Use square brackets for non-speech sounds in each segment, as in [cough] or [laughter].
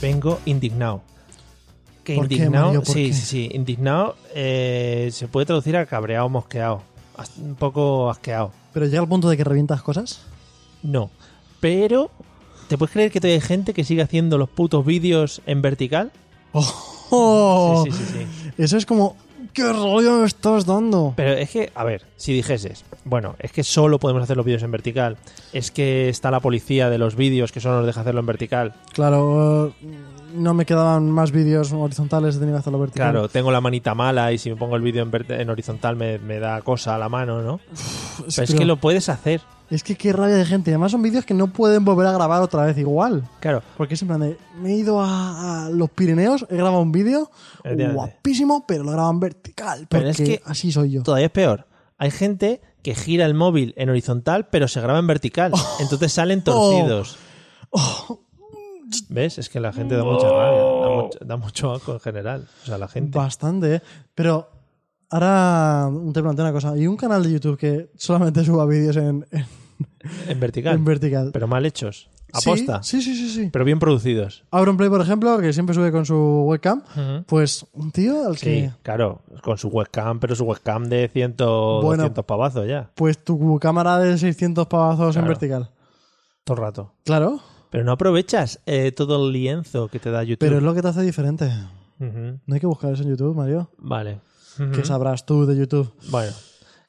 vengo indignado. Que ¿Por qué, indignado, Mario? ¿Por sí, qué? sí, sí, indignado eh, se puede traducir a cabreado, mosqueado, as- un poco asqueado. Pero llega al punto de que revientas cosas. No, pero ¿te puedes creer que todavía hay gente que sigue haciendo los putos vídeos en vertical? ¡Oh! Sí, sí, sí, sí. Eso es como. ¡Qué rollo me estás dando! Pero es que, a ver, si dijeses, bueno, es que solo podemos hacer los vídeos en vertical, es que está la policía de los vídeos que solo nos deja hacerlo en vertical, Claro, eh, no me quedaban más vídeos horizontales, he tenido que hacerlo vertical. claro, tengo la manita mala y si me pongo el vídeo en, vert- en horizontal me, me da cosa a la mano, ¿no? es, Pero es que lo puedes hacer. Pues, es que qué rabia de gente. Además son vídeos que no pueden volver a grabar otra vez igual. Claro, Porque es en plan de, me he ido a, a los Pirineos, he grabado un vídeo Efectivamente. guapísimo, pero lo graban vertical. Pero porque es que- así soy yo. Todavía es peor. Hay gente que gira el móvil en horizontal, pero se graba en vertical. Oh. Entonces salen torcidos. ¿Ves? Es que la gente da mucha rabia. Da mucho, da mucho asco en general. O sea, la gente. Bastante, ¿eh? Pero ahora te planteo una cosa. Hay un canal de YouTube que solamente suba vídeos en, en- En vertical. en vertical. Pero mal hechos. Sí, Aposta. Sí, sí, sí, sí. Pero bien producidos. Auron Play, por ejemplo, que siempre sube con su webcam, Ujú. pues un tío al Sí, que... claro. Con su webcam, pero su webcam de 100, Bueno. 200 pavazos ya. Pues tu cámara de 600 pavazos Claro. en vertical. Todo el rato. Claro, Pero no aprovechas eh, todo el lienzo que te da YouTube. pero es lo que te hace diferente. Ujú. No hay que buscar eso en YouTube, Mario. Vale. ¿Qué sabrás tú de YouTube? Bueno.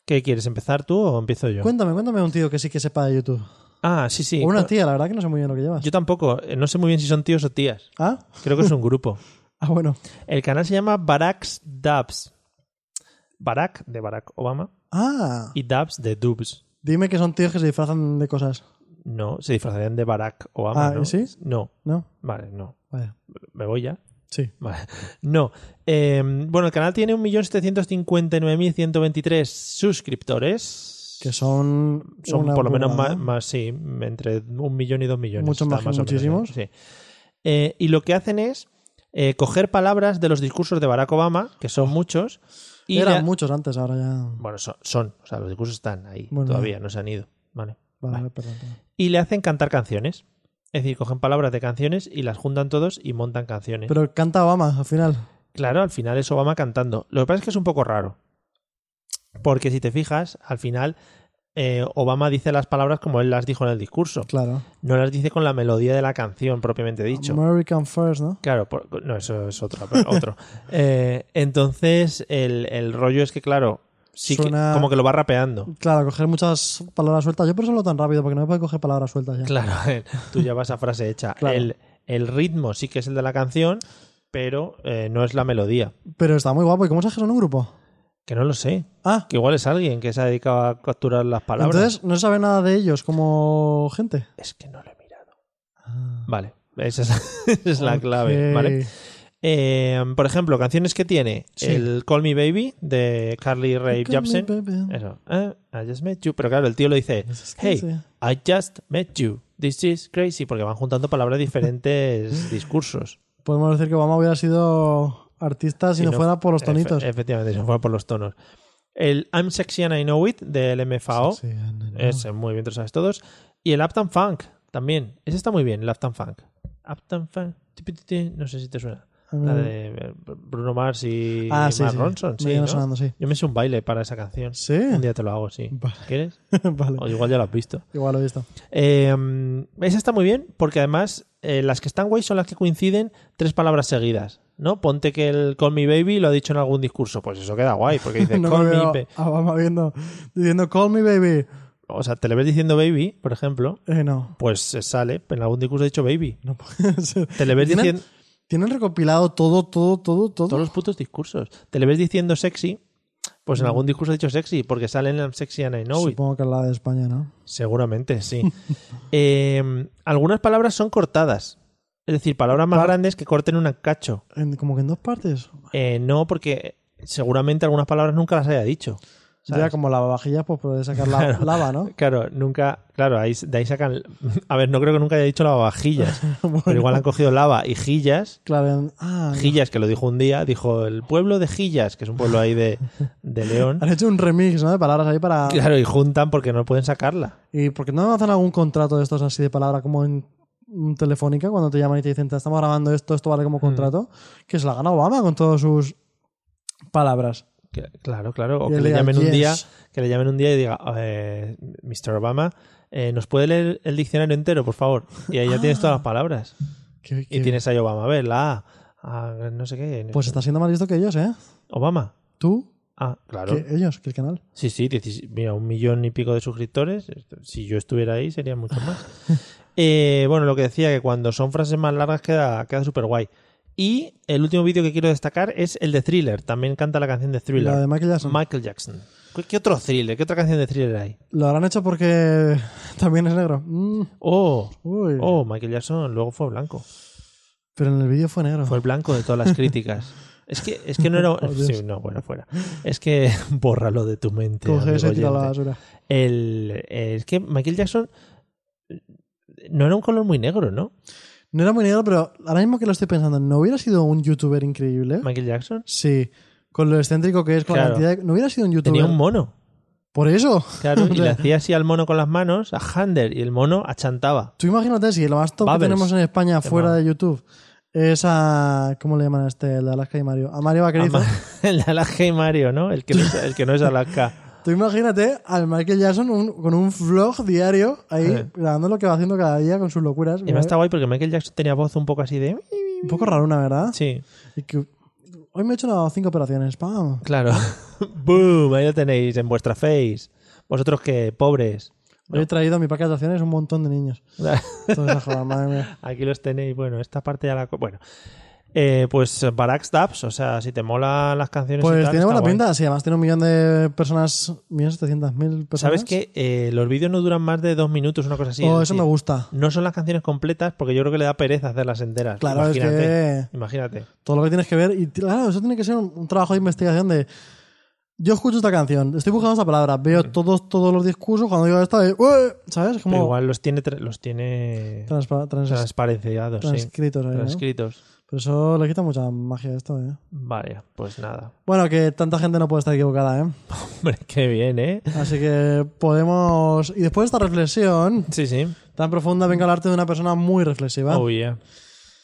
¿Qué quieres? ¿Empezar tú o empiezo yo? Cuéntame, cuéntame un tío que sí que sepa de YouTube. Ah, sí, sí. o una tía, la verdad que no sé muy bien lo que llevas. Yo tampoco. Eh, No sé muy bien si son tíos o tías. ¿Ah? Creo que es un [laughs] grupo. ah, bueno. El canal se llama Barack's Dubs. Barack, de Barack Obama, Ah, y Dubs, de Dubs. dime que son tíos que se disfrazan de cosas, No, se disfrazarían de Barack Obama. Ah, ¿no? ¿sí? No. ¿no? Vale, no. Vaya, ¿Me voy ya? [laughs] sí. Vale. No. Eh, bueno, el canal tiene 1.759.123 suscriptores. Que son... son una por lo menos burrada, más, ¿no? más, sí, entre un millón y dos millones. Mucho está más que o menos ahí, muchísimos. sí. Eh, y lo que hacen es eh, coger palabras de los discursos de Barack Obama, que son muchos, y Eran la- muchos antes, ahora ya... bueno, son, son, o sea, los discursos están ahí Bueno, todavía, no se han ido, ¿vale? Vale, Vale. perdón, perdón. Y le hacen cantar canciones. Es decir, cogen palabras de canciones y las juntan todos y montan canciones. Pero canta Obama al final. Claro, al final es Obama cantando. Lo que pasa es que es un poco raro. Porque si te fijas, al final eh, Obama dice las palabras como él las dijo en el discurso. Claro. No las dice con la melodía de la canción propiamente dicho. American First, ¿no? Claro, por- no, eso es otro. pero [laughs] otro. Eh, entonces, el, el rollo es que, claro, sí que- Suena- como que lo va [laughs] rapeando. Claro, coger muchas palabras sueltas. Yo por eso hablo tan rápido, porque no me pueden coger palabras sueltas ya. Claro, [laughs] tú ya vas a frase hecha. Claro. El, el ritmo sí que es el de la canción, pero eh, no es la melodía. Pero está muy guapo. ¿Y cómo sabes que son un grupo? Que no lo sé. Ah, Que igual es alguien que se ha dedicado a capturar las palabras. entonces no se sabe nada de ellos como gente. Es que no lo he mirado. Vale, esa es, [laughs] esa es la clave. Ok. Vale. Eh, por ejemplo, canciones que tiene Sí. el Call Me Baby de Carly Rae Look at me, Jepsen. baby. Eso. Eh, I just met you. Pero claro, el tío lo dice, This is hey, crazy. I just met you. This is crazy. Porque van juntando palabras de [laughs] diferentes discursos. Podemos decir que Obama hubiera sido artista si, Si no, no- fuera por los Efe- tonitos. efectivamente, se fue por los tonos. el I'm Sexy and I Know It del MFAO. Sí, no, no. Ese, muy bien, te lo sabes todos. Y el Uptown Funk también. Ese está muy bien, el Uptown Funk. Uptown Funk. ti, pi, ti, ti, No sé si te suena. La de eh, Bruno Mars y Mm. Ah, sí, Mark sí. Ronson. Me Sí, viene ¿no? sonando, sí. Yo me hice un baile para esa canción. [laughs] ¿Sí? Un día te lo hago, sí. Eh. Vale. ¿Quieres? [laughs] vale. O igual ya lo has visto. Igual lo he visto. Eh, mm, esa está muy bien porque además eh, las que están guay son las que coinciden tres palabras seguidas. ¿No? Ponte que el Call Me Baby lo ha dicho en algún discurso. Pues eso queda guay porque dice [laughs] No Call me Me veo Baby. a Obama viendo, diciendo Call me baby. O sea, te le ves diciendo Baby, por ejemplo, Eh, no. pues se sale. En algún discurso ha dicho Baby. No puede [laughs] ser. Te le ves ¿Tienen? diciendo Tienen recopilado todo, todo, todo, todo. todos los putos discursos. Te le ves diciendo sexy. Pues en algún discurso ha dicho sexy porque sale en I'm Sexy and I Know It. Mm. Supongo que es la de España, ¿no? Seguramente, [laughs] sí. Eh, algunas palabras son cortadas. Es decir, palabras más Pa- grandes que corten un cacho. En- como que en dos partes. Eh, no, porque seguramente algunas palabras nunca las haya dicho. ¿sabes? Ya como lavavajillas, pues poder sacar la, Claro. lava, ¿no? Claro, nunca. Claro, ahí, de ahí sacan. [laughs] A ver, no creo que nunca haya dicho [laughs] lavavajillas. Pero Bueno, igual han cogido lava y jillas. Claro, en- ah, Gillas, que lo dijo un día, dijo el pueblo de Gillas, que es un pueblo ahí de, de [laughs] León. han hecho un remix, ¿no? De palabras ahí para... Claro, y juntan porque no pueden sacarla. ¿Y por qué no hacen algún contrato de estos así de palabra como en en Telefónica cuando te llaman y te dicen te estamos grabando esto, esto Mm. vale como contrato? Que se la gana Obama con todas sus palabras. Que- Claro, claro. O Y que él le diga, llamen un "Yes". día, que le llamen un día y diga, eh, Mr. Obama, eh, ¿nos puede leer el diccionario entero, por favor? Y ahí ya tienes todas las palabras. Qué- Y Ah. qué- tienes ahí Obama, a ver, la A, a no sé qué. Pues está siendo más listo que ellos, ¿eh? Obama. Tú, Ah, claro. que ellos, que el canal. Sí, sí, dieci- mira, un millón y pico de suscriptores. Esto- Si yo estuviera ahí, sería mucho [laughs] más. Eh, bueno, lo que decía, que cuando son frases más largas queda, queda súper guay. Y el último vídeo que quiero destacar es el de Thriller. También canta la canción de Thriller. La de Michael Jackson. Michael Jackson. ¿Qué, qué otro thriller? ¿Qué otra canción de thriller hay? Lo habrán hecho porque [laughs] también es negro. Mm, Oh, uy. oh, Michael Jackson luego fue blanco. Pero en el vídeo fue negro. Fue el blanco de todas las [laughs] críticas. Es que, es que no era. Oh, Dios. sí, no, bueno, fuera. Es que [laughs] bórralo de tu mente. Coge amigo eso y tira a la oyente. basura. El- es que Michael Jackson no era un color muy negro, ¿no? No era muy negro, pero ahora mismo que lo estoy pensando, ¿no hubiera sido un youtuber increíble? Michael Jackson Sí. Con lo excéntrico que es, con Claro. la cantidad de... ¿No hubiera sido un youtuber? tenía un mono. Por eso. Claro, [laughs] y le hacía así al mono con las manos, a Hunter, y el mono achantaba. Tú imagínate si lo más top que Bubbles. tenemos en España Qué fuera mal. de YouTube es a... ¿Cómo le llaman a este? El de Alaska y Mario. A Mario Vaquerizo. Ama- [laughs] El de Alaska y Mario, ¿no? El que no es, el que no es [laughs] Alaska. Tú imagínate al Michael Jackson un- con un vlog diario ahí Eh. grabando lo que va haciendo cada día con sus locuras. Y me está guay porque Michael Jackson tenía voz un poco así de. Un poco raruna, ¿verdad? Sí, Y que- Hoy me he hecho una- cinco operaciones. ¡Pam! claro. [laughs] ¡Boom! Ahí lo tenéis en vuestra face. Vosotros que pobres. [laughs] Hoy he traído a mi parque de atracciones un montón de niños. Toda [laughs] esa joda, madre mía. Aquí los tenéis. Bueno, esta parte ya la. co- Bueno. Eh, pues Barack Stabs, o sea, si te mola las canciones. y Pues tal, tiene está buena guay. pinta. Sí, además tiene un millón de personas. 1.700.000 personas. ¿Sabes que los vídeos no duran más de dos minutos, una cosa así? oh, es eso decir, me gusta. No son las canciones completas porque yo creo que le da pereza hacerlas enteras. Claro, es imagínate. que Imagínate. todo lo que tienes que ver. Y claro, eso tiene que ser un, un trabajo de investigación de. Yo escucho esta canción, estoy buscando esta palabra, veo todos, todos los discursos, cuando digo esta, eh, ¡Ué! ¿sabes? Es Pero Como igual los tiene, tra- los tiene transpa- trans- transparenciados, sí. transcritos ahí, ¿no? Transcritos. Pero eso le quita mucha magia a esto, ¿eh? Vaya, pues nada. [laughs] Bueno, que tanta gente no puede estar equivocada, ¿eh? Hombre, qué bien, ¿eh? Así que podemos... Y después de esta reflexión Sí, sí. tan profunda, vengo a hablarte de una persona muy reflexiva. Oh, yeah.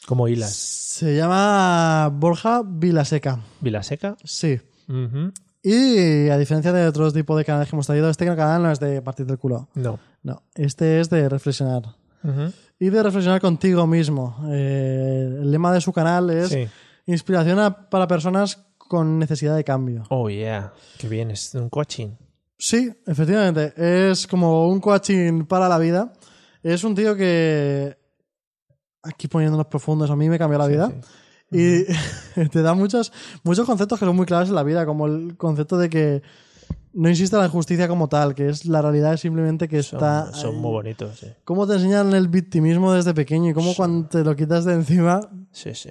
Como hilas. Se llama Borja Vilaseca. Vilaseca. Sí. Ujú. Y a diferencia de otros tipos de canales que hemos traído, este canal no es de partir del culo. No. No, este es de reflexionar. Ujú. Y de reflexionar contigo mismo. Eh, el lema de su canal es Sí. inspiración a- para personas con necesidad de cambio. Oh, yeah. Qué bien, es un coaching. Sí, efectivamente. Es como un coaching para la vida. Es un tío que. Aquí poniéndonos profundos, a mí me cambió la vida. sí. Y [laughs] te da muchos, muchos conceptos que son muy claves en la vida, como el concepto de que no existe la injusticia como tal, que es la realidad es simplemente que Son, está. son ahí. muy bonitos, sí. Cómo te enseñan el victimismo desde pequeño y cómo cuando te lo quitas de encima. Sí, [laughs] sí.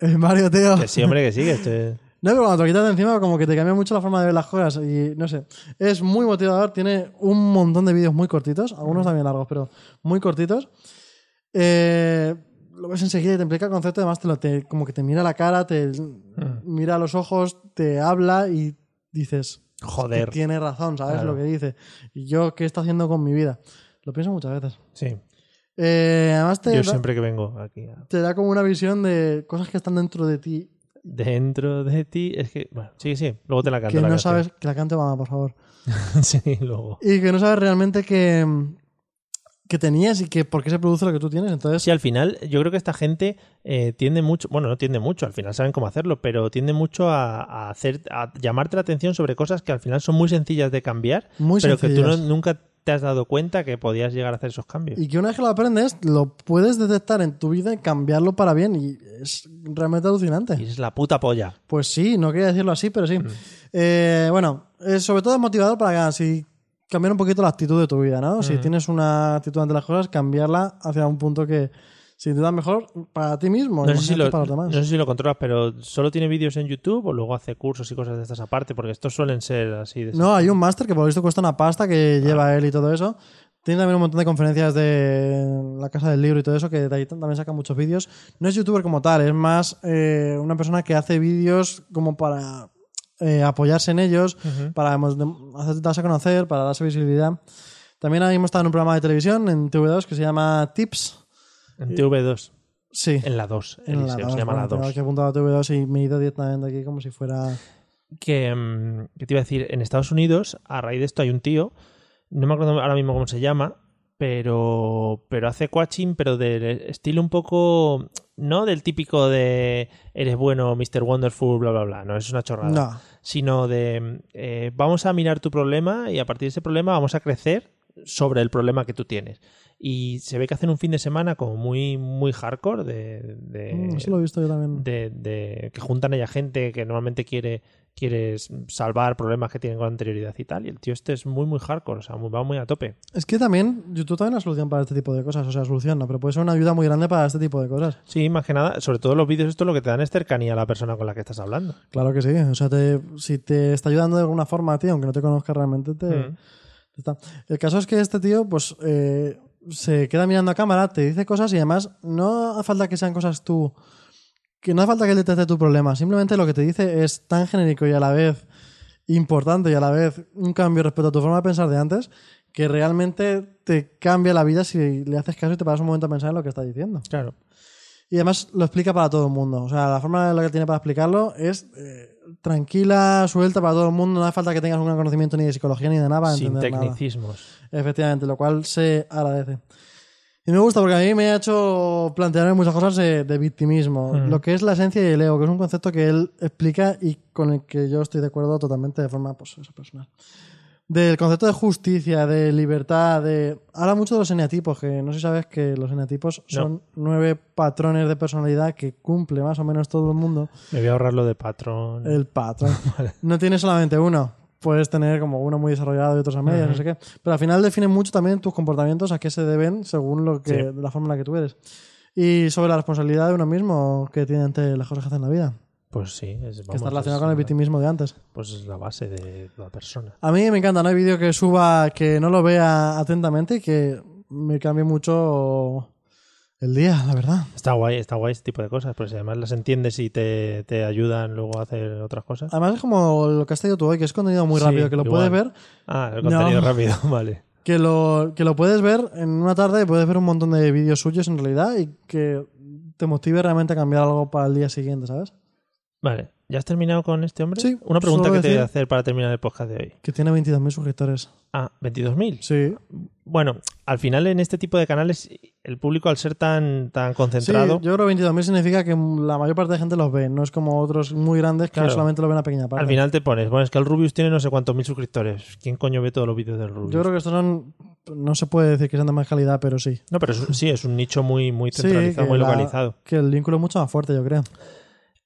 eh, Mario, tío. Que sí, hombre, que sí, que estoy- No, pero cuando te lo quitas de encima, como que te cambia mucho la forma de ver las cosas. Y no sé. Es muy motivador. Tiene un montón de vídeos muy cortitos. Algunos también largos, pero muy cortitos. Eh, lo ves enseguida y te implica el concepto. Además, te lo- te- Mm. como que te mira la cara, te mira a los ojos, te habla y dices. Joder. Tiene razón, ¿sabes Claro. lo que dice? Y yo, ¿qué está haciendo con mi vida? Lo pienso muchas veces. Sí. Eh, además, te, Yo da- siempre que vengo aquí. a- te da como una visión de cosas que están dentro de ti Dentro de ti. Es que. Bueno, sí, sí. Luego te la canto. que la no canción. sabes. Que la cante, mamá, por favor. [laughs] sí, luego. Y que no sabes realmente que, que tenías y que por qué se produce lo que tú tienes. Entonces, Sí, al final yo creo que esta gente eh, tiende mucho, bueno, no tiende mucho, al final saben cómo hacerlo, pero tiende mucho a, a hacer, a llamarte la atención sobre cosas que al final son muy sencillas de cambiar, muy pero que tú sencillas. no- nunca te has dado cuenta que podías llegar a hacer esos cambios. Y que una vez que lo aprendes, lo puedes detectar en tu vida y cambiarlo para bien. Y es Y realmente alucinante. es la puta polla. Pues sí, no quería decirlo así, pero sí. Eh, bueno, eh, sobre todo es motivador para que si cambiar un poquito la actitud de tu vida, ¿no? Si tienes una actitud ante las cosas, cambiarla hacia un punto que si te da mejor para ti mismo, No sé, si imagínate lo, para los demás. no sé si lo controlas, pero solo tiene vídeos en YouTube o luego hace cursos y cosas de estas aparte, porque estos suelen ser así. De No, hay un máster que por lo visto cuesta una pasta que lleva él y todo eso. Tiene también un montón de conferencias de la Casa del Libro y todo eso, que de ahí tam- también saca muchos vídeos. No es youtuber como tal, es más eh, una persona que hace vídeos como para eh, apoyarse en ellos, para mos- dem- hacer- darse a conocer, para darse visibilidad. También ahora mismo está en un programa de televisión en TV2 que se llama Tips. En TV2, Sí. en la 2, En la Eliseo, dos, se llama bueno, la tengo 2. aquí apuntado TV2 y me he ido directamente aquí como si fuera... que, mm, que te iba a decir, en Estados Unidos, a raíz de esto hay un tío, no me acuerdo ahora mismo cómo se llama, pero, pero hace coaching, pero del estilo un poco, no del típico de eres bueno, Mr. Wonderful, bla, bla, bla, no, es una chorrada, No. sino de mm, eh, vamos a mirar tu problema y a partir de ese problema vamos a crecer sobre el problema que tú tienes. Y se ve que hacen un fin de semana como muy, muy hardcore de, de- Mm, Eso lo he visto yo también. de, de- que juntan ahí a gente que normalmente quiere quieres salvar problemas que tienen con anterioridad y tal. Y el tío este es muy, muy hardcore, o sea, muy- va muy a tope. Es que también YouTube también es una solución para este tipo de cosas. O sea, solución no, pero puede ser una ayuda muy grande para este tipo de cosas. Sí, más que nada, sobre todo los vídeos, esto lo que te dan es cercanía a la persona con la que estás hablando. Claro que sí. O sea, te- si te está ayudando de alguna forma a ti, aunque no te conozcas realmente, te, Mm. te está. El caso es que este tío, pues, eh, se queda mirando a cámara, te dice cosas y además no hace falta que sean cosas tú. Que no hace falta que él detecte tu problema. Simplemente lo que te dice es tan genérico y a la vez importante y a la vez un cambio respecto a tu forma de pensar de antes que realmente te cambia la vida si le haces caso y te paras un momento a pensar en lo que está diciendo. Claro. Y además lo explica para todo el mundo. O sea, la forma en la que tiene para explicarlo es eh, tranquila, suelta para todo el mundo. No hace falta que tengas un gran conocimiento ni de psicología ni de nada para Sin entender nada. tecnicismos. Efectivamente, lo cual se agradece. Y me gusta porque a mí me ha hecho plantearme muchas cosas de, de victimismo. Mm. Lo que es la esencia y el ego, que es un concepto que él explica y con el que yo estoy de acuerdo totalmente de forma pues, eso, personal. Del concepto de justicia, de libertad, de... Habla mucho de los eneatipos, que no sé si sabes que los eneatipos son nueve patrones de personalidad que cumple más o menos todo el mundo. Me voy a ahorrar lo de patrón. El [laughs] patrón. No tienes solamente uno. Puedes tener como uno muy desarrollado y otros a medias, no sé qué. Pero al final define mucho también tus comportamientos a qué se deben según lo que, Sí. la forma en la que tú eres. Y sobre la responsabilidad de uno mismo que tiene ante las cosas que hace en la vida. Pues sí, es, que vamos, está relacionado es con el la- victimismo de antes. Pues es la base de la persona. A mí me encanta, no hay vídeo que suba que no lo vea atentamente y que me cambie mucho el día, la verdad. Está guay, está guay este tipo de cosas, pero si además las entiendes y te, te ayudan luego a hacer otras cosas. Además es como lo que has traído tú hoy, que es contenido muy Sí, rápido, que lo igual. puedes ver Ah, el No. contenido [laughs] rápido, vale. que lo, que lo puedes ver en una tarde, puedes ver un montón de vídeos suyos en realidad y que te motive realmente a cambiar algo para el día siguiente, ¿sabes? Vale, ¿ya has terminado con este hombre? Sí, Una pregunta solo que te voy a decir- hacer para terminar el podcast de hoy. Que tiene 22.000 suscriptores. Ah, 22.000. Sí. Bueno, al final en este tipo de canales el público al ser tan, tan concentrado, Sí, yo creo que 22.000 significa que la mayor parte de gente los ve, no es como otros muy grandes que Claro. solamente lo ven a pequeña parte. al final te pones, bueno, es que el Rubius tiene no sé cuántos mil suscriptores. ¿Quién coño ve todos los vídeos del Rubius? Yo creo que estos son, no se puede decir que sean de más calidad, pero sí. No, pero es un- sí, es un nicho muy, muy Sí, centralizado, que muy la- localizado. Que el vínculo es mucho más fuerte, yo creo.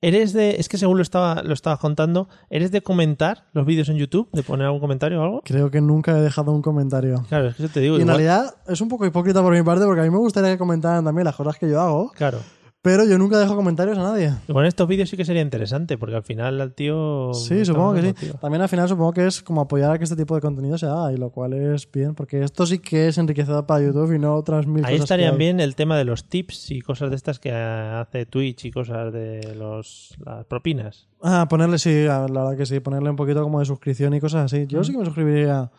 ¿Eres de, es que según lo estaba, lo estabas contando, ¿eres de comentar los vídeos en YouTube? ¿De poner algún comentario o algo? Creo que nunca he dejado un comentario. Claro, es que eso te digo. Y en igual- realidad es un poco hipócrita por mi parte porque a mí me gustaría que comentaran también las cosas que yo hago. Claro. Pero yo nunca dejo comentarios a nadie. Y Con estos vídeos sí que sería interesante, porque al final al tío. Sí, Oh, está supongo que muy sí. emotivo. También al final supongo que es como apoyar a que este tipo de contenido se haga, y lo cual es bien, porque esto sí que es enriquecedor para YouTube y no otras mil Ahí cosas que estarían hay. bien el tema de los tips y cosas de estas que hace Twitch y cosas de los, las propinas. Ah, ponerle, sí, la la verdad que sí, ponerle un poquito como de suscripción y cosas así. Yo sí que me suscribiría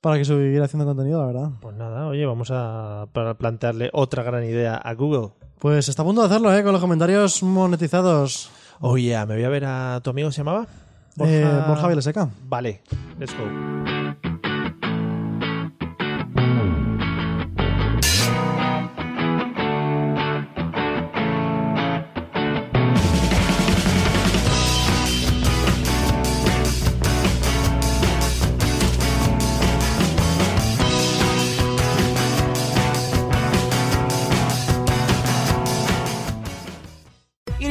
para que siguiera haciendo contenido, la verdad. Pues nada, oye, vamos a para plantearle otra gran idea a Google. Pues está a punto de hacerlo, ¿eh? Con los comentarios monetizados. Oye, me voy a ver a tu amigo, ¿se llamaba? Borja, eh, Borja Vilaseca. Vale, let's go. It